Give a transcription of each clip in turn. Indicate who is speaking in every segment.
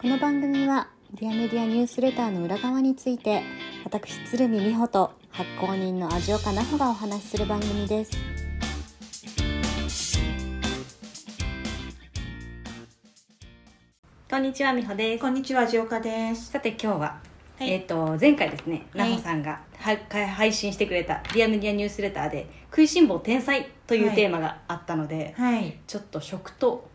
Speaker 1: この番組はディアメディアニュースレターの裏側について私鶴見美穂と発行人の味岡奈穂がお話しする番組ですこんにちは美穂です
Speaker 2: こんにちは、ジオカです。
Speaker 1: さて今日は、
Speaker 2: はい
Speaker 1: えっ、と前回ですね
Speaker 2: はい
Speaker 1: 奈穂さんがはか配信してくれたディアメディアニュースレターで「食いしん坊天才」という
Speaker 2: はい
Speaker 1: テーマがあったので、
Speaker 2: はい。
Speaker 1: ちょっと食と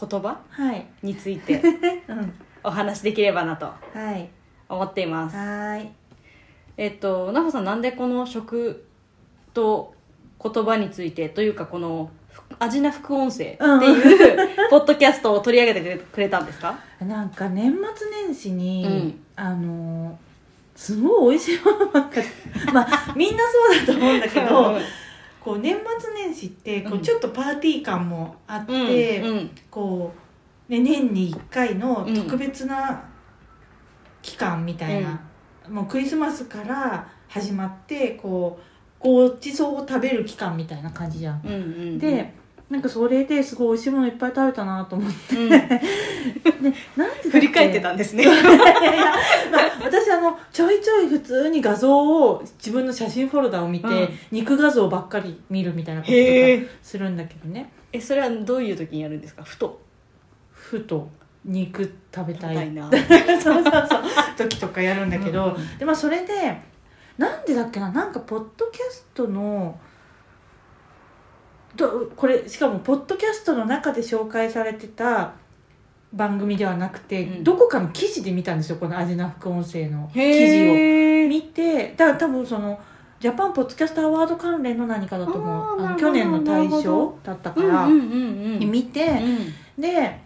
Speaker 1: 言葉
Speaker 2: はい。
Speaker 1: について
Speaker 2: うん。
Speaker 1: お話しできればなと
Speaker 2: はい。
Speaker 1: 思っていま
Speaker 2: は
Speaker 1: す
Speaker 2: ーい。
Speaker 1: えっと奈穂さんなんでこの食と言葉についてというかこのふ味な副音声っていう、ポッドキャストを取り上げてくれたんですか
Speaker 2: なんか年末年始に、
Speaker 1: うん
Speaker 2: あのーすごい美味しいものばっかり まあみんなそうだと思うんだけどこう年末年始ってこ
Speaker 1: う
Speaker 2: うんちょっとパーティー感もあっ
Speaker 1: うんうん
Speaker 2: て、こう、ね、年に1回の特別な期間みたいな、もうクリスマスから始まってこうごちそうを食べる期間みたいな感じじゃん。
Speaker 1: うんうん
Speaker 2: で、なんかそれですごい美味しいものいっぱい食べたな と思って
Speaker 1: うん
Speaker 2: なんでだっ け
Speaker 1: 振り返 ってたんですね
Speaker 2: いやいやまあ私あのちょいちょい普通に画像を自分の写真フォルダを見て、
Speaker 1: うん
Speaker 2: 肉画像ばっかり見るみたいなこと
Speaker 1: へ
Speaker 2: と
Speaker 1: え
Speaker 2: かするんだけどね
Speaker 1: えそれはどういう時にやるんですかふと
Speaker 2: ふと肉食べ
Speaker 1: み
Speaker 2: た
Speaker 1: たい
Speaker 2: い
Speaker 1: な
Speaker 2: そうそうそう時とかやるんだけど、
Speaker 1: うん
Speaker 2: でまあそれでなんでだっけななんかポッドキャストのどこれしかもポッドキャストの中で紹介されてた番組ではなくて、
Speaker 1: うん
Speaker 2: どこかの記事で見たんですよこの「アジナ副音声」の記事を
Speaker 1: へー
Speaker 2: 見てだから多分そのジャパンポッドキャストアワード関連の何かだと思
Speaker 1: あ
Speaker 2: う
Speaker 1: ー
Speaker 2: あ
Speaker 1: なるほ
Speaker 2: の
Speaker 1: ど
Speaker 2: 去年の大
Speaker 1: なるほ
Speaker 2: 賞だったか
Speaker 1: うん
Speaker 2: ら、
Speaker 1: うんうんうん
Speaker 2: 見て、
Speaker 1: うん
Speaker 2: で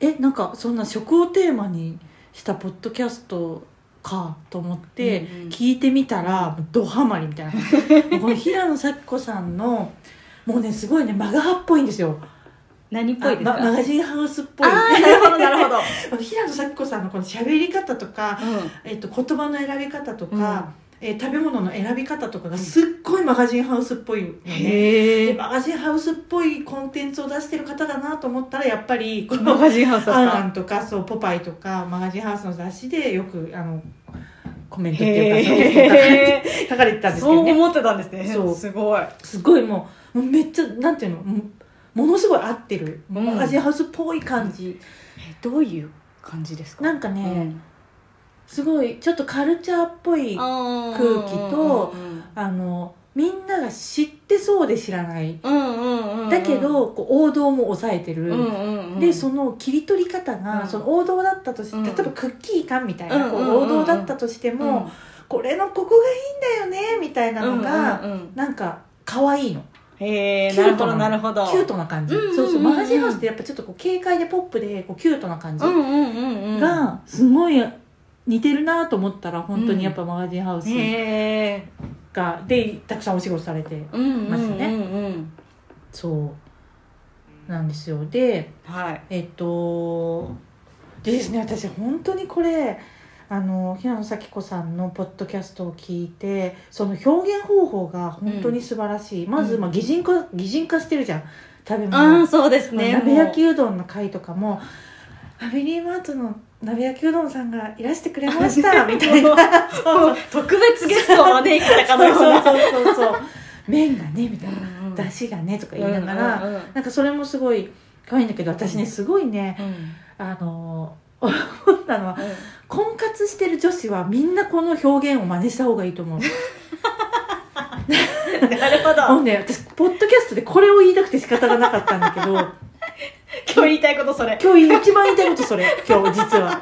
Speaker 2: えなんかそんな食をテーマにしたポッドキャストかと思って
Speaker 1: うんうん
Speaker 2: 聞いてみたらもうドハマりみたい な感じこの平野咲子さんのもうねすごいねマガ派っぽいんですよ
Speaker 1: 何っぽいです
Speaker 2: あまマ
Speaker 1: か
Speaker 2: ガジンハウスっぽ い
Speaker 1: あーなるほどなるほど
Speaker 2: 平野咲子さんのこの喋り方とか、えっと、言葉の選び方とか、えー食べ物の選び方とかがすっごいマガジンハウスっぽいの
Speaker 1: うん
Speaker 2: ね
Speaker 1: へ
Speaker 2: で
Speaker 1: え
Speaker 2: マガジンハウスっぽいコンテンツを出してる方だなと思ったらやっぱりこの
Speaker 1: マガジンハウスだ
Speaker 2: ア
Speaker 1: っ
Speaker 2: ン
Speaker 1: た
Speaker 2: アンとかそうポパイとかマガジンハウスの雑誌でよくあのコメントっていうかそう書かれてたんですけ
Speaker 1: そう
Speaker 2: どね
Speaker 1: 思ってたんですね
Speaker 2: そう
Speaker 1: すごい
Speaker 2: すごいもうもうめっちゃなんていうのもうものすごい合ってる、
Speaker 1: うん
Speaker 2: マガジンハウスっぽい感じ、
Speaker 1: どういう感じですか
Speaker 2: なんかね、すごいちょっとカルチャーっぽいあ
Speaker 1: 空
Speaker 2: 空気とのみんなが知ってそうで知らない
Speaker 1: うんうんうん
Speaker 2: だけど、こう王道も抑えて
Speaker 1: う
Speaker 2: る、
Speaker 1: んうんうん
Speaker 2: でその切り取り方が、
Speaker 1: うん
Speaker 2: その王道だったとして、
Speaker 1: うん
Speaker 2: 例えばクッキー缶みたいな、こ
Speaker 1: うんうんうんう
Speaker 2: うん王道だったとしても、これのここがいいんだよねみたいなのが、
Speaker 1: うんうんうん
Speaker 2: なんか可愛いの
Speaker 1: へえ
Speaker 2: キュ
Speaker 1: なる
Speaker 2: ー
Speaker 1: ほ
Speaker 2: ト
Speaker 1: ど
Speaker 2: な
Speaker 1: なるほど
Speaker 2: キュートな感じ、
Speaker 1: うんうんうん
Speaker 2: そうそうマガジンハウスってやっぱちょっとこう軽快でポップでこうキュートな感じ
Speaker 1: うんうんうんうん
Speaker 2: がすごい似てるなと思ったら本当にやっぱマガジンハウス
Speaker 1: へえ
Speaker 2: が、でたくさんお仕事されて
Speaker 1: うんうんう
Speaker 2: まし
Speaker 1: ん
Speaker 2: たね
Speaker 1: うん
Speaker 2: そうなんですよで
Speaker 1: はい
Speaker 2: えっとでですね私本当にこれあの平野咲子さんのポッドキャストを聞いてその表現方法が本当に素晴らしい、まず、
Speaker 1: うん
Speaker 2: まあ、擬人化擬人化してるじゃん食べ
Speaker 1: あ
Speaker 2: 物
Speaker 1: あそうですね
Speaker 2: 鍋焼きうどんの回とかもファミリーマートの鍋焼きうどんさんがいらしてくれま したみたいな
Speaker 1: もう特別ゲストを招いたかのよう
Speaker 2: そう
Speaker 1: な
Speaker 2: そうそうそう麺がねみたいなだしがねとか言いながら、
Speaker 1: うんうん
Speaker 2: なんかそれもすごい可愛いんだけど私ねすごいね
Speaker 1: うん
Speaker 2: あの思ったのは婚活してる女子はみんなこの表現を真似した方がいい と思う
Speaker 1: うんなるほ
Speaker 2: も
Speaker 1: ど
Speaker 2: うね私ポッドキャストでこれを言いたくて仕方がなかったんだ けど
Speaker 1: 今日言いたいことそれ
Speaker 2: 今日一番言いたいことそれ今日 実は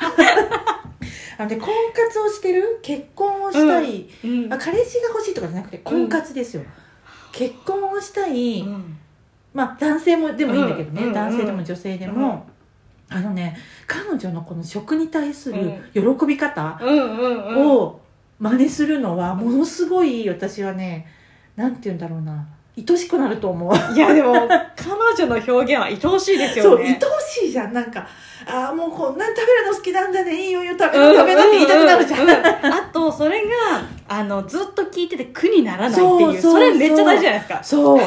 Speaker 2: あのね婚活をしてる結婚をしたい、
Speaker 1: うん
Speaker 2: あ彼氏が欲しいとかじゃなくて婚活ですよ、結婚をしたい、
Speaker 1: うん
Speaker 2: まあ男性もでもいいんだけどね、
Speaker 1: うんうん
Speaker 2: 男性でも女性でも、あのね彼女のこの食に対する喜び方、
Speaker 1: うんうんうん
Speaker 2: を真似するのはものすごい私はねなんて言うんだろうな愛しくなると思う、
Speaker 1: いやでも彼女の表現は愛おしいです
Speaker 2: そ
Speaker 1: よ
Speaker 2: う愛
Speaker 1: ね。
Speaker 2: おしいじゃんなんかああもうこんなん食べるの好きなんだねいいよいいよ食べ
Speaker 1: う
Speaker 2: ろ
Speaker 1: ん
Speaker 2: 食べろって言いたくなるじゃん、
Speaker 1: うううんあとそれがあのずっと聞いてて苦にならないっていうそ
Speaker 2: そ
Speaker 1: う
Speaker 2: そう
Speaker 1: れめっちゃ大事じゃないですか。
Speaker 2: そう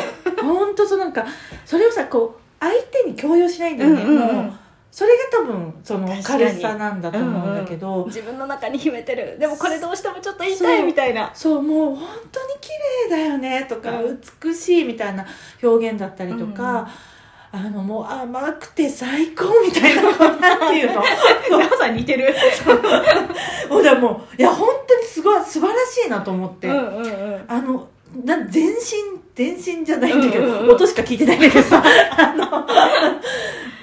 Speaker 2: 本当そうなんかそれをさこう相手に強要しないんだ
Speaker 1: う
Speaker 2: よ
Speaker 1: んう
Speaker 2: ね、
Speaker 1: んうん
Speaker 2: もうそれが多分その
Speaker 1: 確かに
Speaker 2: 軽さなんだと思うんだけど、
Speaker 1: 自分の中に秘めてるでもこれどうしてもちょっと言いたい
Speaker 2: そう
Speaker 1: みたいな
Speaker 2: そうもう本当に綺麗だよねとか、
Speaker 1: うん
Speaker 2: 美しいみたいな表現だったりとか、あのもう甘くて最高みたいなこうなんて いうの
Speaker 1: ナフさん似てる
Speaker 2: もうでもいや本当にすごい素晴らしいなと思って、
Speaker 1: うんうんうん
Speaker 2: あのな全身全身じゃないんだけど、
Speaker 1: うんうんうん
Speaker 2: 音しか聞いてないんだけどさ あの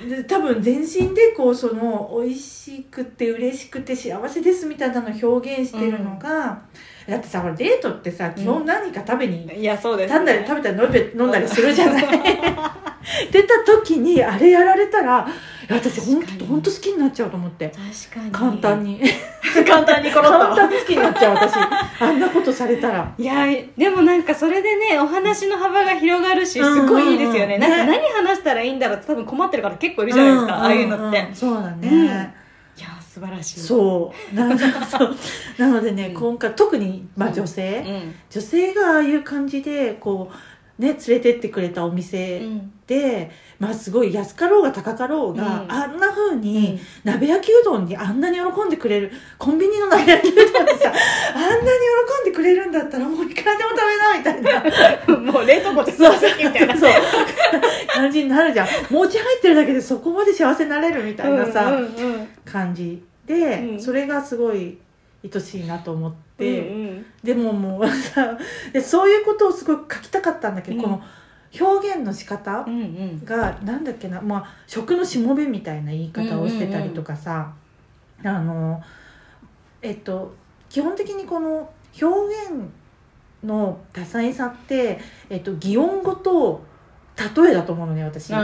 Speaker 2: で多分全身でこうその美味しくて嬉しくて幸せですみたいなのを表現してるのが、だってさほらデートってさ基本何か食べに
Speaker 1: いやそうです
Speaker 2: 単なり食べたり飲べ飲んだりするじゃ ない出た時にあれやられたらいや私本
Speaker 1: 確か
Speaker 2: 当
Speaker 1: に
Speaker 2: 本当好きになっちゃうと思って
Speaker 1: 確かに
Speaker 2: 簡単に
Speaker 1: 簡単にコロッと
Speaker 2: 簡単に好きになっちゃ う私あんなことされたら
Speaker 1: いやでもなんかそれでねお話の幅が広がるしすごいいいですよね,、
Speaker 2: うんうんうん
Speaker 1: なんか何話したらいいんだろうって多分困ってるから結構いるじゃないですか、ああいうのって、
Speaker 2: んんんそうだね、
Speaker 1: うんいやー素晴らしい
Speaker 2: そうなそうなのでね、
Speaker 1: うん
Speaker 2: 今回特に、まあ、女性、
Speaker 1: うん
Speaker 2: 女性がああいう感じでこうね連れてってくれたお
Speaker 1: う
Speaker 2: 店
Speaker 1: ん
Speaker 2: で、まあすごい安かろうが高かろうが、
Speaker 1: うん
Speaker 2: あんな風に、鍋焼きうどんにあんなに喜んでくれるコンビニの鍋焼きうどんに さあんなに喜んでくれるんだったらもういくらでも食べなみたいな
Speaker 1: もう冷凍庫で そうそうみたいな
Speaker 2: そう 感じになるじゃんもう家入ってるだけでそこまで幸せになれるみたいなさ、
Speaker 1: うんうんうん
Speaker 2: 感じで、
Speaker 1: うん
Speaker 2: それがすごい愛しいなと思って、
Speaker 1: うんうん
Speaker 2: でももうさでそういうことをすごい書きたかったんだけど、
Speaker 1: うん
Speaker 2: この表現の仕方
Speaker 1: うんうん
Speaker 2: がなんだっけな、まあ、食のしもべみたいな言い方をしてたりとかさ、あのえっと基本的にこの表現の多彩さって、えっと、擬音語と例えだと思うのね私結
Speaker 1: あ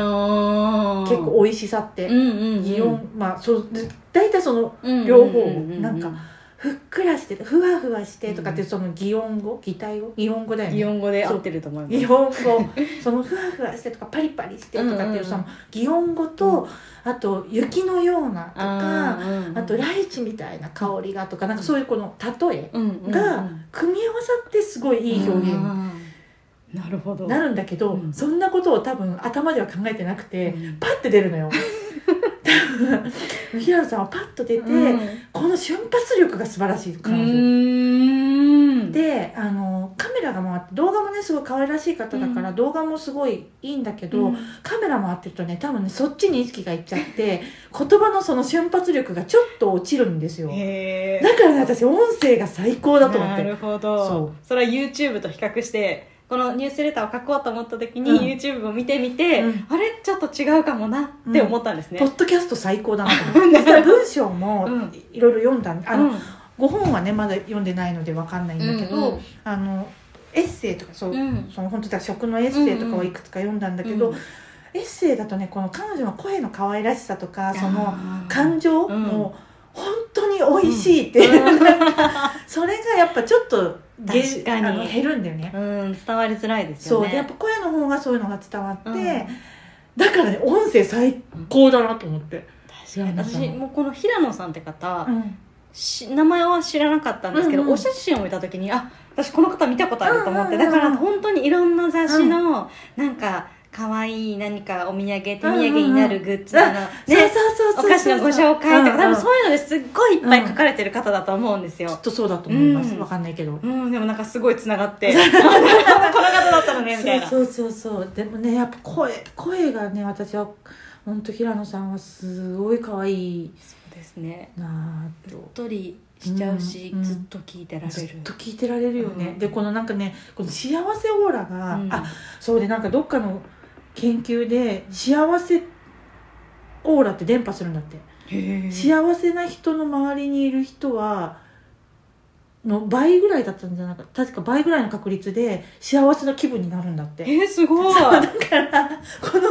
Speaker 1: ー
Speaker 2: 構美味しさって。
Speaker 1: うんうんうん
Speaker 2: 擬音まあそうで大体その
Speaker 1: うんうん
Speaker 2: 両方
Speaker 1: ううう
Speaker 2: なんかふっくらしてふわふわしてとかって
Speaker 1: うん
Speaker 2: その擬音語擬態語擬音語だよね
Speaker 1: 擬音語で合ってると思います
Speaker 2: 擬音語そのふわふわしてとかパリパリしてとか
Speaker 1: うん
Speaker 2: っ
Speaker 1: うん
Speaker 2: ていううんその擬音語とあと雪のようなとか
Speaker 1: ーうん
Speaker 2: あとライチみたいな香りがとかなんかそういうこの例え
Speaker 1: うんうんうん
Speaker 2: が組み合わさってすごいいい表現
Speaker 1: あーなるほど
Speaker 2: になるんだけど
Speaker 1: うん
Speaker 2: そんなことを多分頭では考えてなくて
Speaker 1: うん
Speaker 2: パッて出る のよ平野さんはパッと出て
Speaker 1: うん
Speaker 2: この瞬発力が素晴らしい彼女
Speaker 1: んで、
Speaker 2: であのカメラが回って動画もねすごい可愛らしい方だから、
Speaker 1: うん
Speaker 2: 動画もすごいいいんだけど、
Speaker 1: うん
Speaker 2: カメラ回ってるとね多分ねそっちに意識がいっちゃって言葉のその瞬発力がちょっと落ちるんですよ
Speaker 1: へー
Speaker 2: だからね私音声が最高だと思っ
Speaker 1: な
Speaker 2: て
Speaker 1: るほど
Speaker 2: そう
Speaker 1: それは YouTube と比較してこのニュースレターを書こうと思った時に、
Speaker 2: うん
Speaker 1: YouTube を見てみて、
Speaker 2: うん
Speaker 1: あれちょっと違うかもなって思ったんですね、
Speaker 2: ポッドキャスト最高だなと思ってだから文章も
Speaker 1: うん
Speaker 2: いろいろ読んだんあの、
Speaker 1: うん
Speaker 2: 5本はねまだ読んでないのでわかんないんだけど、
Speaker 1: うんうん
Speaker 2: あのエッセイとかそう、
Speaker 1: うん
Speaker 2: その本当だ食のエッセイとかをいくつか読んだんだけど、
Speaker 1: うん
Speaker 2: エッセイだとねこの彼女の声の可愛らしさとかその
Speaker 1: あー
Speaker 2: 感情
Speaker 1: うん
Speaker 2: も本当に美味しいって、 それがやっぱちょっとげ
Speaker 1: 確かに
Speaker 2: あの減るんだよね。
Speaker 1: うん、伝わりづらいですよ
Speaker 2: そう
Speaker 1: ね
Speaker 2: でやっぱ声の方がそういうのが伝わって、
Speaker 1: うん
Speaker 2: だからね音声最高だなと思って、
Speaker 1: 確かに私もうこの平野さんって方、
Speaker 2: うん
Speaker 1: し名前は知らなかったんですけど、
Speaker 2: うんうん
Speaker 1: お写真を見た時にあ私この方見たことあると思って、
Speaker 2: うんうんうんうん
Speaker 1: だから本当にいろんな雑誌の、なんか可愛い何かお土産手土産になるグッズだな、ね、
Speaker 2: そう
Speaker 1: お菓子のご紹介とか、多分そういうのですっごいいっぱ
Speaker 2: う
Speaker 1: い
Speaker 2: ん
Speaker 1: 書かれてる方だと思うんです
Speaker 2: きっ
Speaker 1: よ、
Speaker 2: とそうだと思います、
Speaker 1: うん
Speaker 2: わかんないけど
Speaker 1: うんでもなんかすごいつながってこ の方だったのねみたいな
Speaker 2: そうそうそうそうでもねやっぱ声声がね私は本当平野さんはすごい可愛い
Speaker 1: そうですね
Speaker 2: なぁ
Speaker 1: うっ
Speaker 2: と
Speaker 1: とりしちゃうし、
Speaker 2: うんうん
Speaker 1: ずっと聞いてられる
Speaker 2: ずっと聞いてられるよね、
Speaker 1: うん
Speaker 2: でこのなんかねこの幸せオーラが、
Speaker 1: うん
Speaker 2: あそうでなんかどっかの研究で幸せオーラって伝播するんだって、
Speaker 1: へえ
Speaker 2: 幸せな人の周りにいる人はの倍ぐらいだったんじゃないかった確か倍ぐらいの確率で幸せな気分になるんだって
Speaker 1: えーすごい
Speaker 2: そうだからこの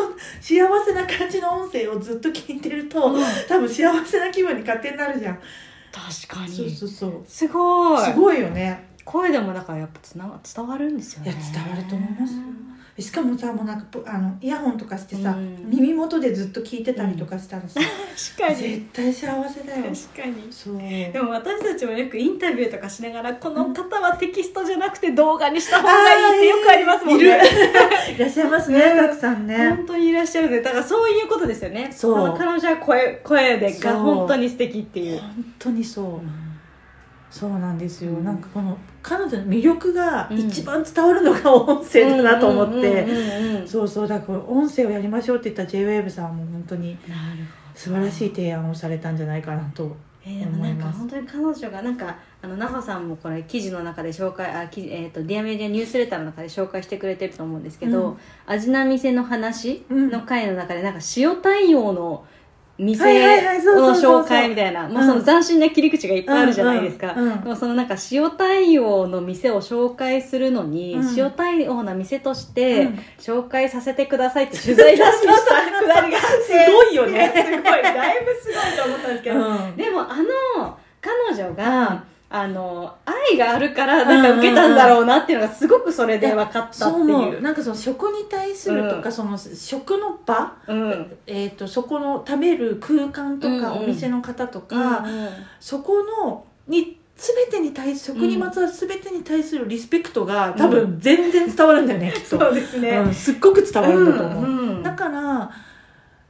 Speaker 2: 幸せな感じの音声をずっと聞いてると
Speaker 1: うん
Speaker 2: 多分幸せな気分に勝手になるじゃん
Speaker 1: 確かに
Speaker 2: そうそうそう
Speaker 1: すごい
Speaker 2: すごいよね
Speaker 1: 声でもだからやっぱつなが伝わるんですよ
Speaker 2: いや
Speaker 1: ね
Speaker 2: 伝わると思いますよしかもさもうなんかぽあのイヤホンとかしてさ、
Speaker 1: うん
Speaker 2: 耳元でずっと聞いてたりとかしたらさ、
Speaker 1: 確かに
Speaker 2: 絶対幸せだよ
Speaker 1: 確かに
Speaker 2: そう
Speaker 1: でも私たちもよくインタビューとかしながらこの方はテキストじゃなくて動画にした方がいいってよくありますもん
Speaker 2: いる
Speaker 1: ね
Speaker 2: いらっしゃいますねたくさんね
Speaker 1: 本当にいらっしゃるんでだからそういうことですよね
Speaker 2: そう
Speaker 1: あの彼女は声声で
Speaker 2: そう
Speaker 1: が本当に素敵っていう
Speaker 2: 本当にそうそうなんですよ、
Speaker 1: うん
Speaker 2: なんかこの彼女の魅力が
Speaker 1: うん
Speaker 2: 一番伝わるのが音声だなと思って、
Speaker 1: うんうんうんうん
Speaker 2: そうそうだからこれ音声をやりましょうって言った JWAVE さんはもう本当に
Speaker 1: なるほど
Speaker 2: 素晴らしい提案をされたんじゃないかなと
Speaker 1: えーでも
Speaker 2: 思
Speaker 1: ないんか
Speaker 2: ます
Speaker 1: 本当に彼女がなんかあの奈穂さんもこれ記事の中で紹介あきえっ、とディアメディアニュースレターの中で紹介してくれてると思うんですけど、
Speaker 2: うん
Speaker 1: 味な店の話
Speaker 2: うん
Speaker 1: の回の中でなんか塩対応の店
Speaker 2: はいはいはいそう
Speaker 1: の
Speaker 2: そうそうそう
Speaker 1: 紹介みたいな、まあ
Speaker 2: うん
Speaker 1: その斬新な切り口がいっぱいあるじゃないですか。
Speaker 2: うんうん
Speaker 1: でもそのなんか塩対応の店を紹介するのに、
Speaker 2: うん
Speaker 1: 塩対応な店とし
Speaker 2: う
Speaker 1: て
Speaker 2: ん
Speaker 1: 紹介させてくださいって取材出しにした くだ りがす
Speaker 2: ごいよね
Speaker 1: すごいだいぶすごいと思ったんですけど、
Speaker 2: うん
Speaker 1: でもあの彼女が、あの愛があるからなんか受けたんだろうなっていうのがすごくそれで分かった
Speaker 2: そ
Speaker 1: って
Speaker 2: う思
Speaker 1: いうう。
Speaker 2: なんかその食に対するとか、
Speaker 1: うん
Speaker 2: その食の場、
Speaker 1: うん
Speaker 2: えー、とそこの食べる空間とか、
Speaker 1: うんうん
Speaker 2: お店の方とか、
Speaker 1: が
Speaker 2: そこのに全てに対す食にまつわる全てに対するリスペクトが
Speaker 1: ん
Speaker 2: 多分全然伝わるん だよね、きっと、
Speaker 1: そうです
Speaker 2: う
Speaker 1: ね。
Speaker 2: ん、すっごく伝わるんだと思う、
Speaker 1: うん
Speaker 2: だから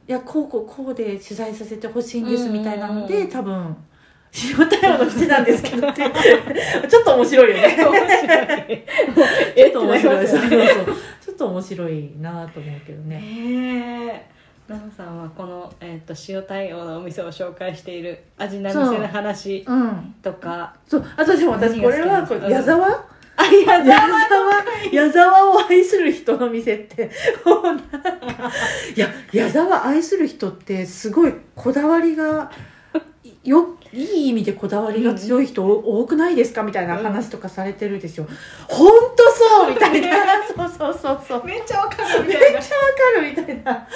Speaker 2: いやこうこうこうで取材させてほしいんですみたいなので、
Speaker 1: うんうんうん
Speaker 2: 多分塩対応の店なんですけどって ちょっと面白いよね
Speaker 1: 面白い。
Speaker 2: ちょっと面白い、
Speaker 1: えってなりますよね
Speaker 2: そうそうちょっと面白いなと思うけどね
Speaker 1: へえ。ナムさんはこの、えっと塩対応のお店を紹介している味な店の話
Speaker 2: うん
Speaker 1: とか。
Speaker 2: そうあとでも私これはこれ
Speaker 1: 何が
Speaker 2: 矢
Speaker 1: 好きな
Speaker 2: 沢
Speaker 1: あいや
Speaker 2: 矢沢矢沢を愛する人の店ってもうなんかいや矢沢愛する人ってすごいこだわりがよいい意味でこだわりが強い人多多くないですかみたいな話とかされてるでしょ本当そうみたいなそうそうそうそう
Speaker 1: めっちゃわかる
Speaker 2: め っちゃわかるみたいな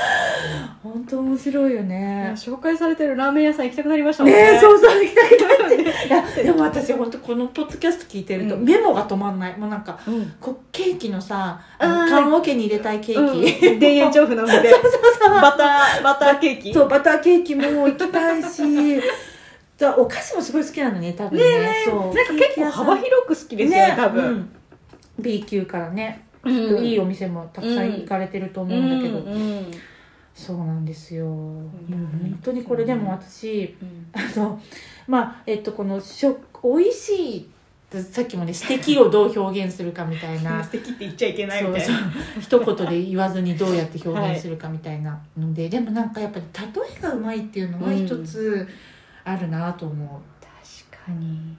Speaker 2: 本当面白いよね
Speaker 1: 紹介されてるラーメン屋さん行きたくなりましたもん
Speaker 2: ね
Speaker 1: ね。
Speaker 2: えそうそう行きたくなっていやでも私本当このポッドキャスト聞いてると
Speaker 1: うん
Speaker 2: メモが止まんないもうなんか
Speaker 1: うん。
Speaker 2: こうケーキのさ
Speaker 1: あー
Speaker 2: 缶オケに入れたいケーキ、
Speaker 1: うん田園調布のお店バターバターケーキ
Speaker 2: そうバターケーキも行きたい しだお菓子もすごい好きなのね多分ねそう
Speaker 1: なんか結構幅
Speaker 2: い
Speaker 1: 広く好きですよね多
Speaker 2: う
Speaker 1: 分、
Speaker 2: ん B 級からね、
Speaker 1: うん
Speaker 2: いいお店もたくさん行かれてると思うんだけど、
Speaker 1: うんうん
Speaker 2: そうなんですよ、
Speaker 1: いや
Speaker 2: もう本当にこれでも私
Speaker 1: うん
Speaker 2: あのまあえっとこの食美味しいってさっきもね素敵をどう表現するかみたいな
Speaker 1: 素敵って言っちゃいけない
Speaker 2: そ
Speaker 1: み
Speaker 2: う
Speaker 1: たい
Speaker 2: そ
Speaker 1: な
Speaker 2: う一言で言わずにどうやって表現するかみたいなので、でもなんかやっぱり例えがうまいっていうのは一つあるなと思
Speaker 1: 確かに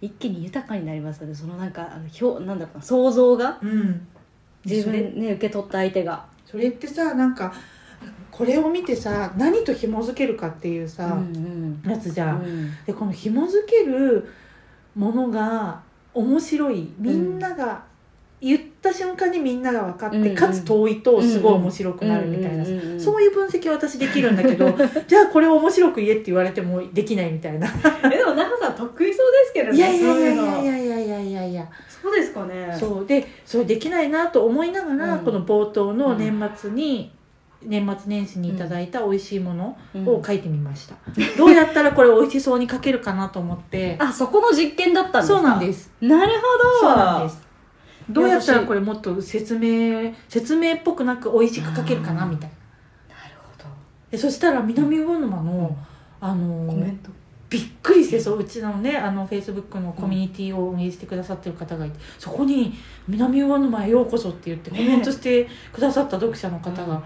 Speaker 1: 一気に豊かになりますよねそのなんかあの表なんだろうな想像が
Speaker 2: う、うん、
Speaker 1: 自
Speaker 2: それ
Speaker 1: 分ね受け取った相手が
Speaker 2: それってさなんかこれを見てさ何と紐づけるかっていう
Speaker 1: う
Speaker 2: さ、
Speaker 1: ん
Speaker 2: やつじ
Speaker 1: う
Speaker 2: ゃん、
Speaker 1: ん
Speaker 2: でこの紐づけるものが面白いみんなが、言った瞬間にみんなが分かって、
Speaker 1: うんうん
Speaker 2: かつ遠いとすごい面白くなるみたいなさ、そういう分析は私できるんだけ どじゃあこれを面白く言えって言われてもできないみたいな
Speaker 1: えでも奈穂さん得意そうですけどね
Speaker 2: いやいや
Speaker 1: そ
Speaker 2: いやい
Speaker 1: う
Speaker 2: やいう
Speaker 1: の
Speaker 2: やいやいやいやいや
Speaker 1: そうですかね
Speaker 2: そうでそれできないなと思いながら、
Speaker 1: うん
Speaker 2: この冒頭の年末に、年末年始にいただいた美味しいもの
Speaker 1: うん
Speaker 2: を書いてみました、どうやったらこれ美味しそうに書けるかなと思って
Speaker 1: あそこの実験だったんですか
Speaker 2: そうなんです
Speaker 1: すなるほど
Speaker 2: そうなんですどうやったら
Speaker 1: 私
Speaker 2: これもっと説明説明っぽくなく美味しく書けるかなみたいな
Speaker 1: なるほ
Speaker 2: でそしたら南魚沼の、あのー
Speaker 1: どコメント
Speaker 2: びっくりしてそううちのねあのフェイスブックのコミュニティを運営してくださってる方がいて、そこに「南魚沼へようこそ」って言ってコ
Speaker 1: ね
Speaker 2: メントしてくださった読者の方が、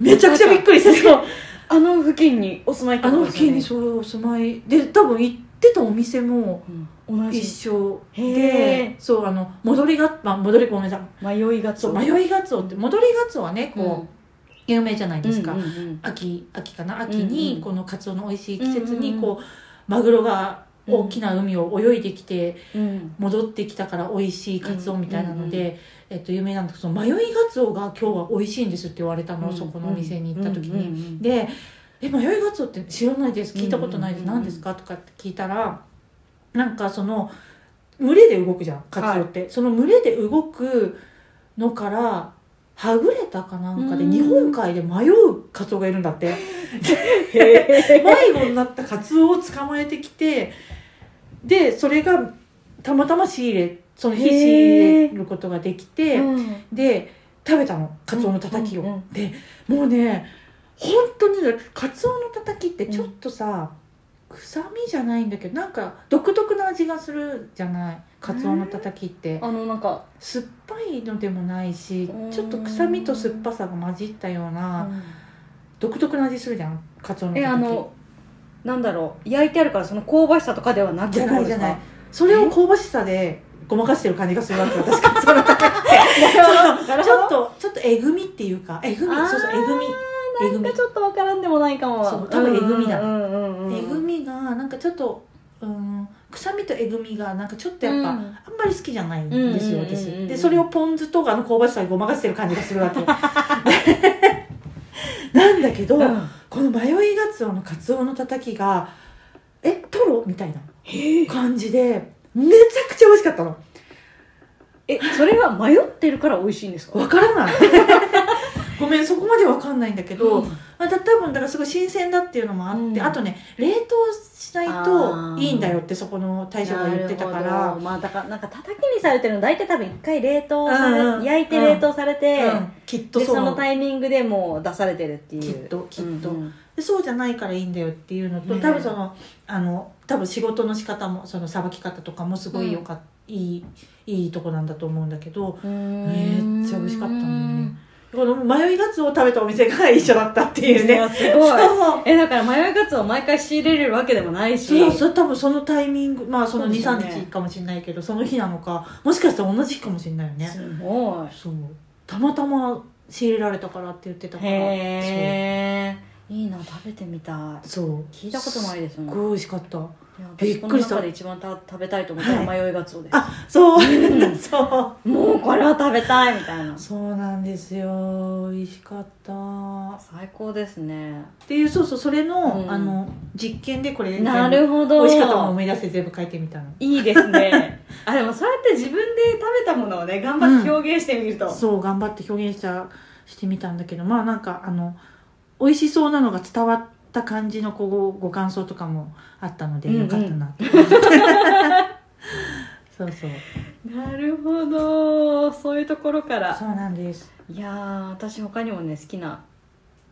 Speaker 2: めちゃくちゃびっくりしてそう
Speaker 1: あの付近にお住まいって
Speaker 2: あ
Speaker 1: こと
Speaker 2: の
Speaker 1: です
Speaker 2: 付
Speaker 1: よ
Speaker 2: 近
Speaker 1: ね
Speaker 2: にそうお住まいで多分行ってたお店も
Speaker 1: うん同
Speaker 2: 一
Speaker 1: じ
Speaker 2: 緒
Speaker 1: へ
Speaker 2: でそうあの戻りが、まあ、戻りごめんなさい
Speaker 1: 迷いが
Speaker 2: そう
Speaker 1: い
Speaker 2: 迷いがつおって戻りがつおはねこう、有名じゃないですか、秋秋かな
Speaker 1: う
Speaker 2: 秋
Speaker 1: んう
Speaker 2: に
Speaker 1: ん
Speaker 2: このカツオの美味しい季節
Speaker 1: うんうんう
Speaker 2: に
Speaker 1: ん
Speaker 2: こうマグロが大きな海を泳いできて戻ってきたから美味しいカツオみたいなので、
Speaker 1: うん
Speaker 2: えっと、有名なんだけどその迷いガツオが今日は美味しいんですって言われたの、そこのお店に行った時に、
Speaker 1: に
Speaker 2: で「え迷いガツオって知らないです聞いたことないです、
Speaker 1: うんうんうん
Speaker 2: 何ですか?」とかって聞いたらなんかその群れで動くじゃんカツオって、その群れで動くのからはぐれたかなんかで
Speaker 1: うん
Speaker 2: 日本海で迷うカツオがいるんだって
Speaker 1: へ
Speaker 2: 迷子になったカツオを捕まえてきてでそれがたまたま仕入れその日仕入れることができて、
Speaker 1: うん
Speaker 2: で食べたのカツオのたたきを、
Speaker 1: うんうんうん
Speaker 2: でもうね本当にねカツオのたたきってちょっとさ、臭みじゃないんだけどなんか独特な味がするじゃないカツオのたたきって
Speaker 1: あのなんか、
Speaker 2: 酸っぱいのでもないし
Speaker 1: うん
Speaker 2: ちょっと臭みと酸っぱさが混じったような独特な味するじゃんカツオのた
Speaker 1: えあ
Speaker 2: たき
Speaker 1: のなんだろう焼いてあるからその香ばしさとかではなく
Speaker 2: じゃないじゃない
Speaker 1: こ
Speaker 2: それを香ばしさでごまかしてる感じがするわけ私カツオのたたき
Speaker 1: うですかなるほ
Speaker 2: ちょ
Speaker 1: ど
Speaker 2: っとちょっとえぐみっていうかえぐみ
Speaker 1: あー
Speaker 2: そうそうえぐみえぐみ
Speaker 1: なんかちょっとわからんでもないかも
Speaker 2: そう多分えぐみだ
Speaker 1: うんうんうんうん
Speaker 2: えぐみがなんかちょっとうん臭みとえぐみがなんかちょっとやっぱ、
Speaker 1: うん
Speaker 2: あんまり好きじゃないんですよ
Speaker 1: うんうんうんうん
Speaker 2: 私でそれをポン酢とかの香ばしさにごまかしてる感じがするわけ なんだけど、
Speaker 1: うん
Speaker 2: この迷いガツオのカツオのたたきがえトロみたいな感じでめちゃくちゃ美味しかったの
Speaker 1: えそれは迷ってるから美味しいんですか
Speaker 2: わからない ごめんそこまでわかんないんだけど、まあ、た多分だからすごい新鮮だっていうのもあって、
Speaker 1: うん
Speaker 2: あとね冷凍しないといいんだよってそこの大将が言ってたか
Speaker 1: なる
Speaker 2: ら
Speaker 1: ほど、まあ、だからなんかたたきにされてるの大体多分一回冷凍され、
Speaker 2: うんうん
Speaker 1: 焼いて冷凍されて、
Speaker 2: うんきっと
Speaker 1: で
Speaker 2: そ
Speaker 1: そうのタイミングでもう出されてるっていう
Speaker 2: きっときっと
Speaker 1: うんうん
Speaker 2: でそうじゃないからいいんだよっていうのと、
Speaker 1: ね
Speaker 2: 多分そのあの多分仕事の仕方もそのさばき方とかもすごいよかっ、いいいいとこなんだと思うんだけどめっちゃ美味しかったねこの迷いガツオを食べたお店が一緒だったっていう
Speaker 1: い
Speaker 2: ね
Speaker 1: やすごい
Speaker 2: そう
Speaker 1: えだから迷いカツを毎回仕入れれるわけでもないし
Speaker 2: そうそう多分そのタイミングまあその
Speaker 1: そうですよ
Speaker 2: 23
Speaker 1: ね
Speaker 2: 日かもしれないけどその日なのかもしかしたら同じ日かもしれないよね
Speaker 1: すごい
Speaker 2: そうたまたま仕入れられたからって言ってたから
Speaker 1: へえいいな食べてみたい
Speaker 2: そうそう
Speaker 1: 聞いたことないです
Speaker 2: す
Speaker 1: も
Speaker 2: っ
Speaker 1: ん
Speaker 2: ごい美味しかった
Speaker 1: いや
Speaker 2: びっくりし
Speaker 1: 私こ
Speaker 2: た
Speaker 1: の中で一番た食べたいと思ったら迷いガツオです、
Speaker 2: あそう
Speaker 1: う
Speaker 2: そう
Speaker 1: もうこれは食べたいみたいな
Speaker 2: そうなんですよ美味しかったっ
Speaker 1: 最高ですね
Speaker 2: ていうそうそうそれの,、
Speaker 1: うん
Speaker 2: あの実験でこれ
Speaker 1: なるほ
Speaker 2: 全
Speaker 1: ど
Speaker 2: 部美味しかったも の思い出して全部書いてみたの
Speaker 1: いいですねあでもそうやって自分で食べたものをね頑張って表現してみると、
Speaker 2: そう頑張って表現したしてみたんだけどまあなんかあの美味しそうなのが伝わった感じのこうご感想とかもあったので、
Speaker 1: うんうん
Speaker 2: よかったなって そうそう
Speaker 1: なるほどそういうところから
Speaker 2: そうなんです
Speaker 1: いやー私他にもね好きな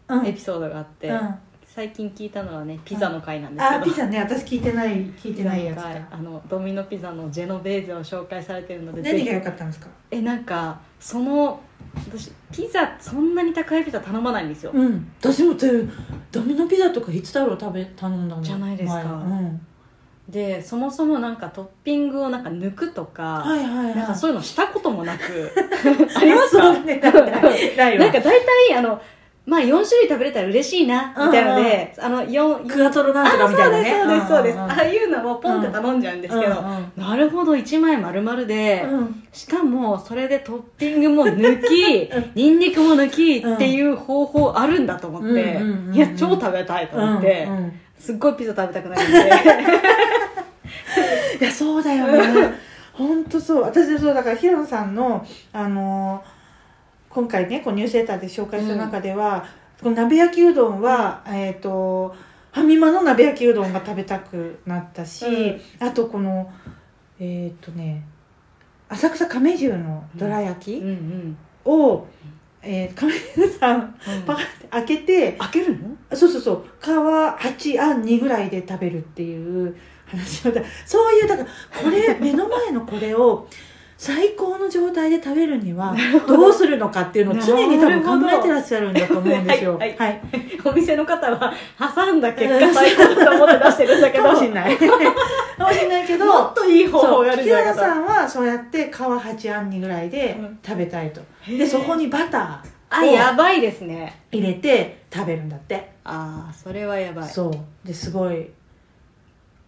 Speaker 2: うん、う
Speaker 1: エピソードがあって、
Speaker 2: ん、
Speaker 1: 最近聞いたのはねピザの回なんですけ
Speaker 2: あ
Speaker 1: ど、
Speaker 2: ピザね私聞いてない聞いてないやつ
Speaker 1: ピザの
Speaker 2: だ
Speaker 1: 回あのドミノピザのジェノベーゼを紹介されてるのでぜ
Speaker 2: 何
Speaker 1: ひ
Speaker 2: が良かったんですか
Speaker 1: えなんかその私ピザそんなに高いピザ頼まないんですよ、
Speaker 2: うん私もてドミノピザとかいつだろう食べ頼んだの
Speaker 1: じゃないですか
Speaker 2: 前うん、
Speaker 1: でそもそもなんかトッピングをなんか抜くとか、
Speaker 2: はいはいは い
Speaker 1: なんかそういうのしたこともなく
Speaker 2: あり ます
Speaker 1: か
Speaker 2: ねないないないわ
Speaker 1: なんか大体あのまあ4種類食べれたら嬉しいなみたいので、あの四
Speaker 2: クアトロなんとかみたいなね
Speaker 1: そうですそうです、
Speaker 2: んんん
Speaker 1: ああいうのをポンって頼んじゃうんですけど、
Speaker 2: うんうん
Speaker 1: なるほど1枚丸々で、
Speaker 2: うん
Speaker 1: しかもそれでトッピングも抜き、
Speaker 2: うん
Speaker 1: ニンニクも抜きっていう方法あるんだと思って、
Speaker 2: うんうんうんうん
Speaker 1: いや超食べたいと思って、
Speaker 2: うんうん
Speaker 1: すっごいピザ食べたくなるん で
Speaker 2: いやそうだよね本当そう私そうだから平野さんのあのー今回ねこうニュースレターで紹介した中では、この鍋焼きうどんは、えっ、とファミマの鍋焼きうどんが食べたくなったし、
Speaker 1: うん
Speaker 2: あとこのえっ、とね浅草亀十のどら焼
Speaker 1: うん
Speaker 2: き
Speaker 1: うん、
Speaker 2: を、えー亀十さんパカって開けて
Speaker 1: 開けるの
Speaker 2: そうそうそう皮8あん2ぐらいで食べるっていう話をだそういうだからこれ目の前のこれを最高の状態で食べるにはどうするのかっていうのを常に多
Speaker 1: なるほ
Speaker 2: 分
Speaker 1: ど
Speaker 2: 考えてらっしゃるんだと思うんですよ
Speaker 1: はいはい
Speaker 2: はい
Speaker 1: お店の方は挟んだ結果最高だと思って出してるんだけど
Speaker 2: かもしんないかもしんないけ
Speaker 1: も
Speaker 2: ど
Speaker 1: っといい方法
Speaker 2: そう
Speaker 1: があるんじゃな
Speaker 2: 平野
Speaker 1: いか
Speaker 2: さんはそうやって皮8あん2ぐらいで食べたいと、
Speaker 1: と
Speaker 2: でそこにバタ
Speaker 1: あやばいですね
Speaker 2: ー入れて食べるんだって、
Speaker 1: ああそれはやばい
Speaker 2: そうですごい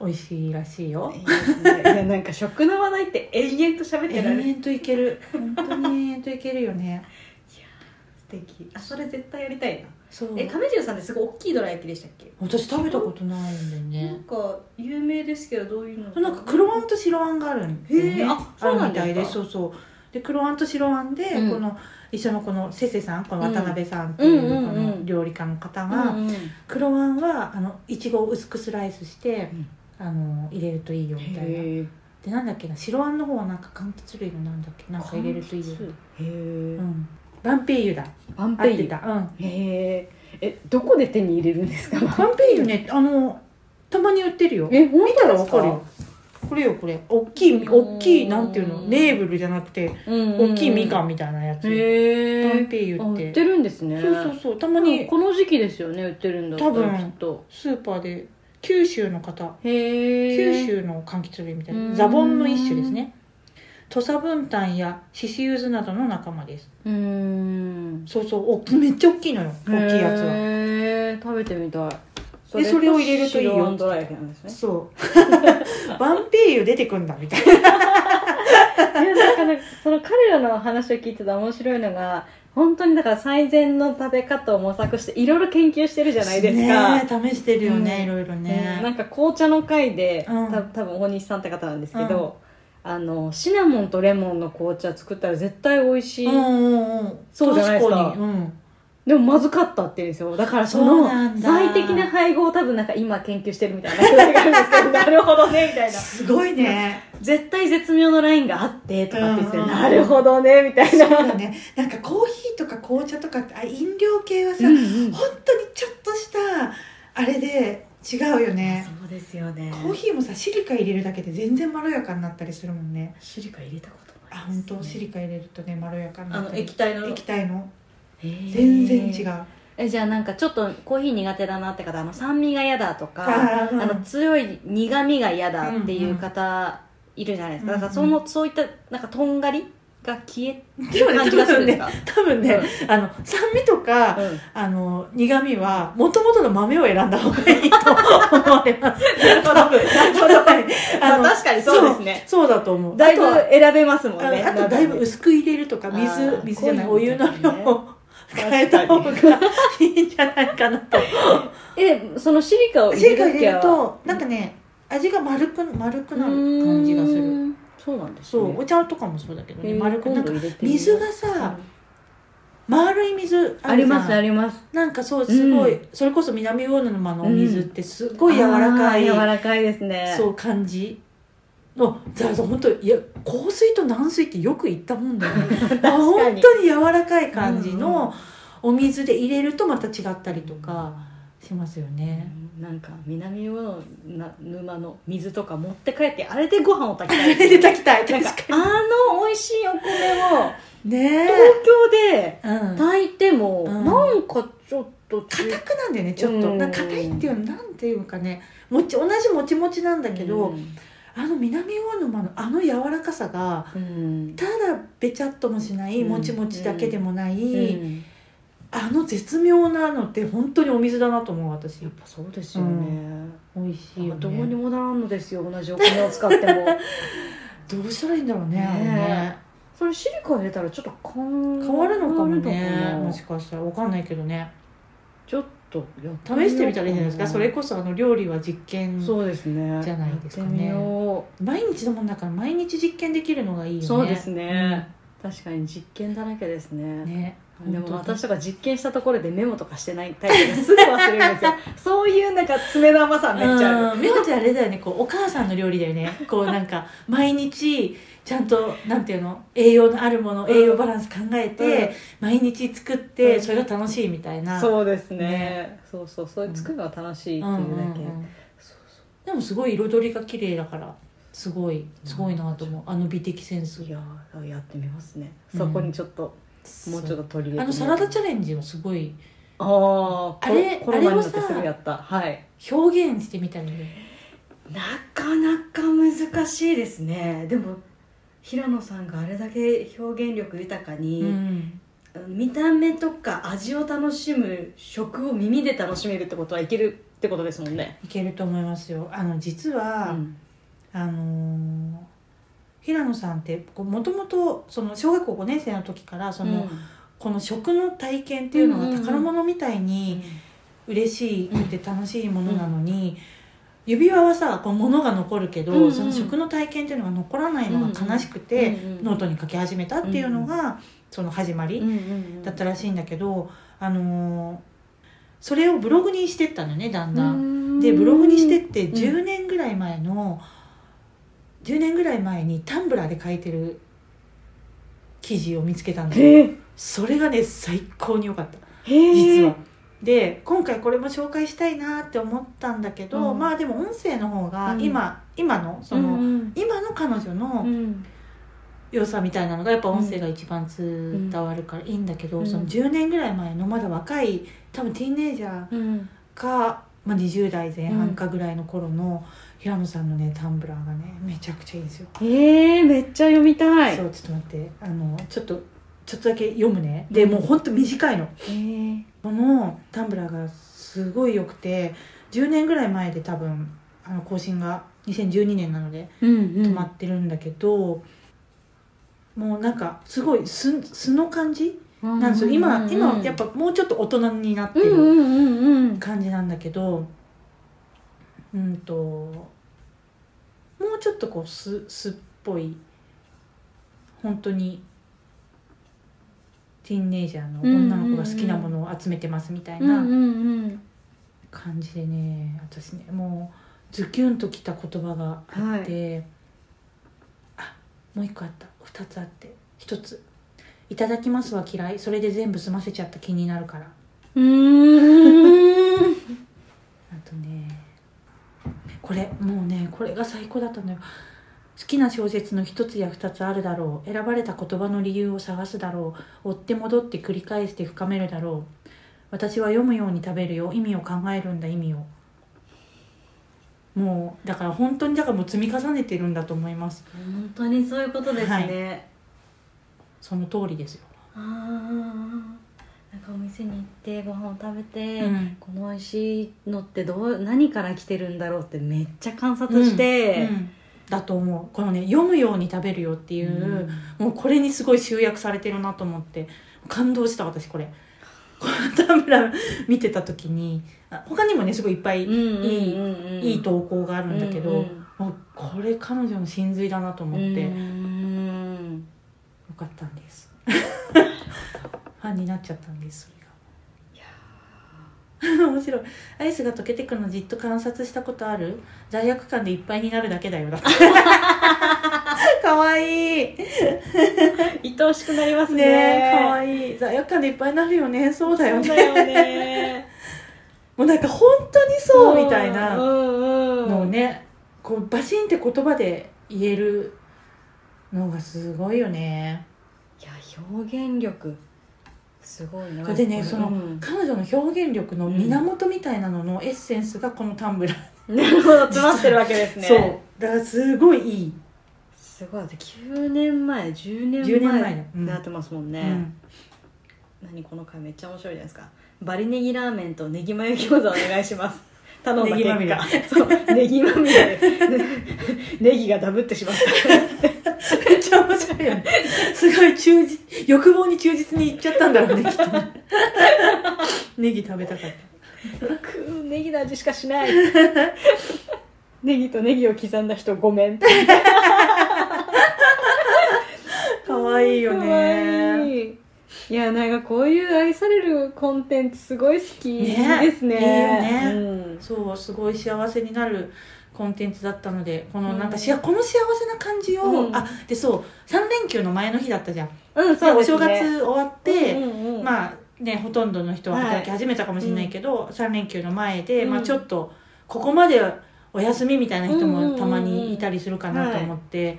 Speaker 2: 美味しいらしいよ
Speaker 1: いいですねいやなんか食の話題って延々と喋ってられる
Speaker 2: 延々とい ける本当に延々といけるよね
Speaker 1: 素敵あそれ絶対やりたいな
Speaker 2: そう
Speaker 1: え亀十さんってすごい大きいどら焼きでしたっけ、
Speaker 2: 私食べたことないんだよ
Speaker 1: なん
Speaker 2: ね
Speaker 1: か有名ですけどどういうの
Speaker 2: なんか黒あんと白あんがあるんだよね
Speaker 1: へーあそうなんですか
Speaker 2: あるみたいでそうそうで黒あんと白あんで、
Speaker 1: うん
Speaker 2: この一緒のこのせせさんこの渡辺さんって
Speaker 1: うん
Speaker 2: いうこ
Speaker 1: うんうんうん
Speaker 2: の料理家の方が、
Speaker 1: うんうん
Speaker 2: 黒あんはあのいちごを薄くスライスして
Speaker 1: うん、
Speaker 2: あの入れるといいよみたいな
Speaker 1: へ
Speaker 2: でなんだっけな白あんの方はなんか柑橘類のなんだっけなんか入れるといいよ、
Speaker 1: え、
Speaker 2: う
Speaker 1: へ
Speaker 2: ん、バンペイユだ
Speaker 1: バン
Speaker 2: 合っ
Speaker 1: ペ
Speaker 2: て
Speaker 1: イ
Speaker 2: たうん
Speaker 1: ユへええどこで手に入れるんですか
Speaker 2: バンペイユねあのたまに売ってるよ
Speaker 1: え本
Speaker 2: 見たらわかるよこれよこれ大きい大きいなんていうのネーブルじゃなくて大
Speaker 1: 大
Speaker 2: きいみか
Speaker 1: ん
Speaker 2: んみたいなやつ、
Speaker 1: へ
Speaker 2: バン
Speaker 1: え
Speaker 2: ペイユ
Speaker 1: 売
Speaker 2: っ
Speaker 1: って
Speaker 2: て
Speaker 1: るんですね
Speaker 2: そうそうそうたま
Speaker 1: でも
Speaker 2: に
Speaker 1: この時期ですよね売ってるんだったら
Speaker 2: 多分
Speaker 1: きっと
Speaker 2: スーパーで九州の方
Speaker 1: へえ
Speaker 2: 九州の柑橘類みたいうなんザボンの一種ですね土佐分担や獅子柚子などの仲間です
Speaker 1: うーん
Speaker 2: そうそうおめっちゃ大きいのよ大きいやつは
Speaker 1: へえ食べてみたいそ
Speaker 2: それを入れるといいよ
Speaker 1: 白あんどら焼き なんですね
Speaker 2: そう バンペイユ出てくんだみたい
Speaker 1: いやなんかなんかその彼らの話を聞いてた面白いのが本当にだから最善の食べ方を模索していろいろ研究してるじゃないですか、
Speaker 2: ねえ試してるよね、
Speaker 1: うん
Speaker 2: いろいろ
Speaker 1: うんな
Speaker 2: ね
Speaker 1: んか紅茶の回で、
Speaker 2: うん
Speaker 1: た多分大西さんって方なんですけど、あのシナモンとレモンの紅茶作ったら絶対美味しい、
Speaker 2: うんうんうん
Speaker 1: そうじゃないですか
Speaker 2: 確にうん
Speaker 1: でもまずかったって言うんですよだからそ
Speaker 2: そう
Speaker 1: の
Speaker 2: なんだ
Speaker 1: 最適な配合を多分なんか今研究してるみたいな話があるんですけ どなるほどねみたいな
Speaker 2: すごい ね
Speaker 1: 絶対絶妙のラインがあってとかって言って、
Speaker 2: うんうん
Speaker 1: なるほどねみたい
Speaker 2: そう
Speaker 1: な。
Speaker 2: だねなんかコーヒーとか紅茶とかってあ飲料系はさ、
Speaker 1: うんうん
Speaker 2: 本当にちょっとしたあれで違うよね
Speaker 1: そうですよね
Speaker 2: コーヒーもさシリカ入れるだけで全然まろやかになったりするもんね
Speaker 1: シリカ入れたことない
Speaker 2: あ本当シリカ入れるとねまろやかにな
Speaker 1: あ
Speaker 2: っ
Speaker 1: の
Speaker 2: たり
Speaker 1: 液体の
Speaker 2: 液体の全
Speaker 1: 全
Speaker 2: 然違う、
Speaker 1: えじゃあなんかちょっとコーヒー苦手だなって方あの酸味が嫌だとか
Speaker 2: あー
Speaker 1: あの強い苦味が嫌だっていう方いるじゃないですか、
Speaker 2: うんうん
Speaker 1: だからそのそういったなんかとんがりが消え
Speaker 2: でもね
Speaker 1: 感
Speaker 2: 多
Speaker 1: じがするん
Speaker 2: 分
Speaker 1: です
Speaker 2: ね
Speaker 1: か
Speaker 2: 多分ね、あの酸味とか、
Speaker 1: うん
Speaker 2: あの苦味はもともとの豆を選んだ方がいいと思われ ます多分はいあの
Speaker 1: まあ確かにそうですね
Speaker 2: そうそうだと思う
Speaker 1: だいぶ
Speaker 2: あとは
Speaker 1: 選べますもん
Speaker 2: あ
Speaker 1: ね
Speaker 2: のあとだい
Speaker 1: な
Speaker 2: ぶ
Speaker 1: んかね
Speaker 2: 薄く入れるとか
Speaker 1: あ
Speaker 2: 水
Speaker 1: ー
Speaker 2: 水じゃない
Speaker 1: 濃
Speaker 2: お
Speaker 1: い
Speaker 2: 湯
Speaker 1: のとか
Speaker 2: の
Speaker 1: ね
Speaker 2: 量を変えた方がいいんじゃないかなと
Speaker 1: えそのシリカを
Speaker 2: シ
Speaker 1: 入
Speaker 2: ェイク
Speaker 1: れ
Speaker 2: 入
Speaker 1: るき
Speaker 2: れ
Speaker 1: ゃ
Speaker 2: るとなんかね味が丸く丸く
Speaker 1: う
Speaker 2: なる
Speaker 1: ーん
Speaker 2: 感じがする
Speaker 1: そうなんです
Speaker 2: そ
Speaker 1: ね
Speaker 2: うお茶とかもそうだけど
Speaker 1: え
Speaker 2: ね
Speaker 1: ー
Speaker 2: 丸く
Speaker 1: 今
Speaker 2: なん
Speaker 1: 度
Speaker 2: か
Speaker 1: 入れてみよう
Speaker 2: 水が
Speaker 1: うん
Speaker 2: さ丸い水あるじゃん
Speaker 1: ありますあります
Speaker 2: なんかそうすごい、
Speaker 1: う
Speaker 2: それこそ南魚沼のお水ってすごい柔らかい、
Speaker 1: あー柔らかいですね
Speaker 2: そう感じのだから本当いや香水と軟水ってよく言ったもんだよ ねあ本当に柔らかい感じのお水で入れるとまた違ったりとかしますよね、
Speaker 1: なんか南魚のな沼の水とか持って帰ってあれでご飯を炊きたい
Speaker 2: 出てたきたい
Speaker 1: なん
Speaker 2: 確
Speaker 1: か
Speaker 2: か
Speaker 1: あの美味しいお米を
Speaker 2: にね
Speaker 1: 東京で
Speaker 2: うん
Speaker 1: 炊いても
Speaker 2: うん
Speaker 1: なんかちょっとち
Speaker 2: 硬くなんだよねちょっと
Speaker 1: うん
Speaker 2: なんか硬いっていうのなんていうかねもち同じもちもちなんだけど、
Speaker 1: うん
Speaker 2: あの南魚沼のあの柔らかさが
Speaker 1: うん
Speaker 2: ただべちゃっともしない、
Speaker 1: うん
Speaker 2: もちもちだけでもない、
Speaker 1: うん
Speaker 2: あの絶妙なのって本当にお水だなと思う私
Speaker 1: やっぱそうですよね
Speaker 2: 美味しい
Speaker 1: い
Speaker 2: よ、
Speaker 1: や
Speaker 2: ね、
Speaker 1: どうにもならんのですよ同じお米を使って も
Speaker 2: どうしたらいいんだろうね
Speaker 1: ね
Speaker 2: あれね
Speaker 1: それシリカ入れたらちょっと変
Speaker 2: 変わるのかもね
Speaker 1: 変わるのか
Speaker 2: も
Speaker 1: な
Speaker 2: しかしたらわかんないけどね
Speaker 1: ちょっとやっみ
Speaker 2: 試
Speaker 1: ようかな
Speaker 2: してみたらいいんじゃないですかそれこそあの料理は実験
Speaker 1: そうですね
Speaker 2: じゃないですかね
Speaker 1: やってみよ
Speaker 2: 毎日のもんだから毎日実験できるのがいいよ
Speaker 1: う
Speaker 2: ね
Speaker 1: そうですね、確かに実験だらけですね
Speaker 2: うんね
Speaker 1: でも
Speaker 2: 本当に
Speaker 1: 私とか実験したところでメモとかしてないタイプですぐ忘れるん ですよそういうなんか爪の甘さめっちゃあ
Speaker 2: う
Speaker 1: る
Speaker 2: ん、美穂ちゃんあれだよねこうお母さんの料理だよねこうな んか毎日ちゃんとなんていうの栄養のあるもの
Speaker 1: うん
Speaker 2: 栄養バランス考えて、
Speaker 1: うん
Speaker 2: 毎日作って、
Speaker 1: うん
Speaker 2: それが楽しいみたいな
Speaker 1: そうですね
Speaker 2: ね
Speaker 1: そうそうそういう作るのが楽しいって
Speaker 2: う
Speaker 1: いうんだ
Speaker 2: う
Speaker 1: け、
Speaker 2: んうん
Speaker 1: そうそ
Speaker 2: でもすごい彩りが綺麗だからすごいすごいなと思うあの美的センス
Speaker 1: ういやーやってみますね、
Speaker 2: うん
Speaker 1: そこにちょっともうちょっと
Speaker 2: と
Speaker 1: 取り入れて
Speaker 2: あのサラダチ
Speaker 1: ゃ
Speaker 2: ャレンジもすごい
Speaker 1: あー
Speaker 2: あれ
Speaker 1: コロコロナになって
Speaker 2: あれを
Speaker 1: す
Speaker 2: さ
Speaker 1: ぐやったはい
Speaker 2: 表現してみたりね
Speaker 1: なかなか難しいですねでも平野さんがあれだけ表現力豊かに、
Speaker 2: うん
Speaker 1: 見た目とか味を楽しむ食を耳で楽しめるってことはいけるってことですもんね、
Speaker 2: いけると思いますよあの実
Speaker 1: う
Speaker 2: は、
Speaker 1: ん、
Speaker 2: あのー平野さんってもともと小学校5年生の時からその、この食の体験っていうの
Speaker 1: うん
Speaker 2: が
Speaker 1: うんうん
Speaker 2: 宝物みたいに嬉しいって楽しいものなのに、指輪はさこう物が残るけど、
Speaker 1: うんうん
Speaker 2: その食の体験っていうのが残らないのが悲しくて、
Speaker 1: うんうん
Speaker 2: ノートに書き始めたっていうのが、その始まりだったらしいんだけど、あのーそれをブログにしてったのねだんだん。でブログにしてって10年ぐらい前の、10年ぐらい前にタンブラーで書いてる記事を見つけたんだよ
Speaker 1: へえ
Speaker 2: それがね最高に良かった
Speaker 1: へえ
Speaker 2: 実は。で今回これも紹介したいなって思ったんだけど、
Speaker 1: うん
Speaker 2: まあでも音声の方が
Speaker 1: うん
Speaker 2: 今、今のその、
Speaker 1: うん
Speaker 2: 今の彼女
Speaker 1: うんう
Speaker 2: の
Speaker 1: ん
Speaker 2: 良さみたいなのがやっぱ音声が一番伝わるからいいんだけど、
Speaker 1: うん
Speaker 2: その10年ぐらい前のまだ若い多分ティーンエイジャー
Speaker 1: うん
Speaker 2: か、まあ、20代前半かぐらいの頃の平野さんのねタンブラーがねめちゃくちゃいいんですよ、
Speaker 1: へえめっちゃ読みたい
Speaker 2: そうちょっと待ってあのちょっとちょっとだけ読むねでもうほんと短いの
Speaker 1: へえ
Speaker 2: このタンブラーがすごい良くて10年ぐらい前で多分あの更新が2012年なので
Speaker 1: うんうん
Speaker 2: 止まってるんだけど、もうなんかすごい素素の感じなんですよ、今今やっぱもうちょっと大人になって
Speaker 1: うん
Speaker 2: る、
Speaker 1: うんうんうん
Speaker 2: 感じなんだけどうんともうちょっとこうすすっぽい本当にティーンネイジャーの女の子が好きなものを集めてますみたい
Speaker 1: うんうん
Speaker 2: な
Speaker 1: うん
Speaker 2: 感じでね私ねもうズキュンときた言葉があって、あもう一個あった二つあって一つ「いただきます」は嫌いそれで全部済ませちゃった気になるから
Speaker 1: うーん
Speaker 2: あとねこれもうねこれが最高だったのよ好きな小説の一つや二つあるだろう選ばれた言葉の理由を探すだろう追って戻って繰り返して深めるだろう私は読むように食べるよ意味を考えるんだ意味をもうだから本当にだからもう積み重ねてるんだと思います
Speaker 1: 本当にそういうことですね、
Speaker 2: その通りですよ、
Speaker 1: ああなんかお店に行ってご飯を食べて、
Speaker 2: うん
Speaker 1: この美味しいのってどう何から来てるんだろうってめっちゃ観察して、
Speaker 2: うんだと思うこのね読むように食べるよっていう、もうこれにすごい集約されてるなと思って感動した私これこの田村見てた時にあ他にもねすごいいっぱい、いいいい投稿があるんだけど、もうこれ彼女の真髄だなと思って、よ
Speaker 1: うん
Speaker 2: かったんです ファンになっちゃったんですそれが 面白いアイスが溶けてくのじっと観察したことある罪悪感でいっぱいになるだけだよだって かわいい
Speaker 1: 愛おしくなりますね
Speaker 2: ねえかわいい罪悪感でいっぱいになるよねそうだよね
Speaker 1: そうだよね
Speaker 2: もうなんか本当にそうみたい
Speaker 1: うん
Speaker 2: な
Speaker 1: うんうん
Speaker 2: のをねこうバシンって言葉で言えるのがすごいよね
Speaker 1: いや表現力すごいな
Speaker 2: これでね
Speaker 1: うん
Speaker 2: その
Speaker 1: うん
Speaker 2: 彼女の表現力の源みたいなののエッセンスがこのタンブラー、
Speaker 1: なるほど詰まってるわけですね
Speaker 2: そうだからすごいいい、
Speaker 1: すごいだって9年前10年前
Speaker 2: 10年前だうん
Speaker 1: なってますもん
Speaker 2: う
Speaker 1: ね、
Speaker 2: ん、
Speaker 1: 何この回めっちゃ面白いじゃないですかバリネギラーメンとネギマヨ餃子お願いし ます頼んだ結
Speaker 2: ネギま
Speaker 1: 果そうネギまみれネギがダブってしまった
Speaker 2: めっちゃ面白いよねすごい忠実欲望に忠実にいっちゃったんだろうねきっとね ネギ食べたかった
Speaker 1: くーネギの味しかしないネギとネギを刻んだ人ごめん
Speaker 2: かわいいよ
Speaker 1: かわ
Speaker 2: ね
Speaker 1: いいいやなんかこういう愛されるコンテンツすごい好きで
Speaker 2: ね
Speaker 1: すね
Speaker 2: いいよね
Speaker 1: うん
Speaker 2: そうすごい幸せになるコンテンツだったのでこの
Speaker 1: うん
Speaker 2: なんかしあこの幸せな感じを、
Speaker 1: うん
Speaker 2: あでそう3連休の前の日だったじゃん
Speaker 1: うん、
Speaker 2: で
Speaker 1: そう
Speaker 2: お
Speaker 1: ですね
Speaker 2: 正月終わって、
Speaker 1: うんうんあ
Speaker 2: まあねほとんどの人は働き始めたかもしれないけど、3連休の前で、
Speaker 1: うん
Speaker 2: まあ、ちょっとここまでお休みみたいな人
Speaker 1: うんうんうんう
Speaker 2: も
Speaker 1: ん
Speaker 2: たまにいたりするかなと思って、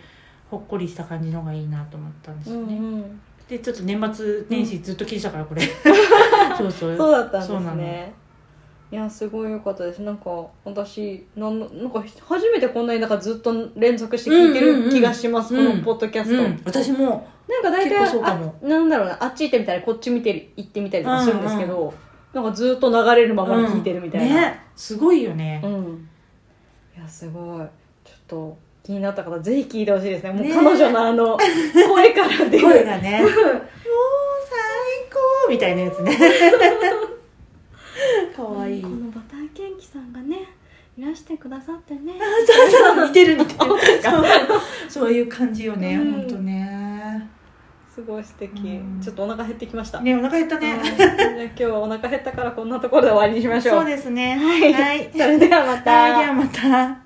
Speaker 2: ほっこりした感じのがいいなと思ったんですよね、でちょっと年末年始ずっと聞いてたからこれ、 そうそう
Speaker 1: そうだったんで
Speaker 2: そうな
Speaker 1: すねいやすごい良かったですなんか私なんなんか初めてこんなになんかずっと連続して聞いて
Speaker 2: うんうんう
Speaker 1: る
Speaker 2: ん
Speaker 1: 気がします、
Speaker 2: うん
Speaker 1: このポッドキャス
Speaker 2: う
Speaker 1: ト、
Speaker 2: ん、私も
Speaker 1: なんか大体
Speaker 2: 結構そうかも
Speaker 1: あなんだろうなあっち行ってみたりこっち見てり行ってみたりとかするんですけど、
Speaker 2: う
Speaker 1: なんかずっと流れるままに聞いてるみたいな、
Speaker 2: うんねすごいよね、
Speaker 1: うんいやすごいちょっと気になった方ぜひ聞いてほしいですねもう
Speaker 2: ね
Speaker 1: 彼女のあの声から出
Speaker 2: 声
Speaker 1: る
Speaker 2: がねもう最高みたいなやつねかわいい
Speaker 1: このバターケーキさんがねいらしてくださってね
Speaker 2: そうそう似てる似て
Speaker 1: 本当です
Speaker 2: る
Speaker 1: か
Speaker 2: そうそういう感じよね、
Speaker 1: うん
Speaker 2: ほんとね
Speaker 1: すごい素敵、
Speaker 2: うん
Speaker 1: ちょっとお腹減ってきました
Speaker 2: ねお腹減った
Speaker 1: ね、
Speaker 2: ね、
Speaker 1: 今日はお腹減ったからこんなところで終わりにしましょう
Speaker 2: そうですね
Speaker 1: はい
Speaker 2: はい、
Speaker 1: それではまた
Speaker 2: はいではまた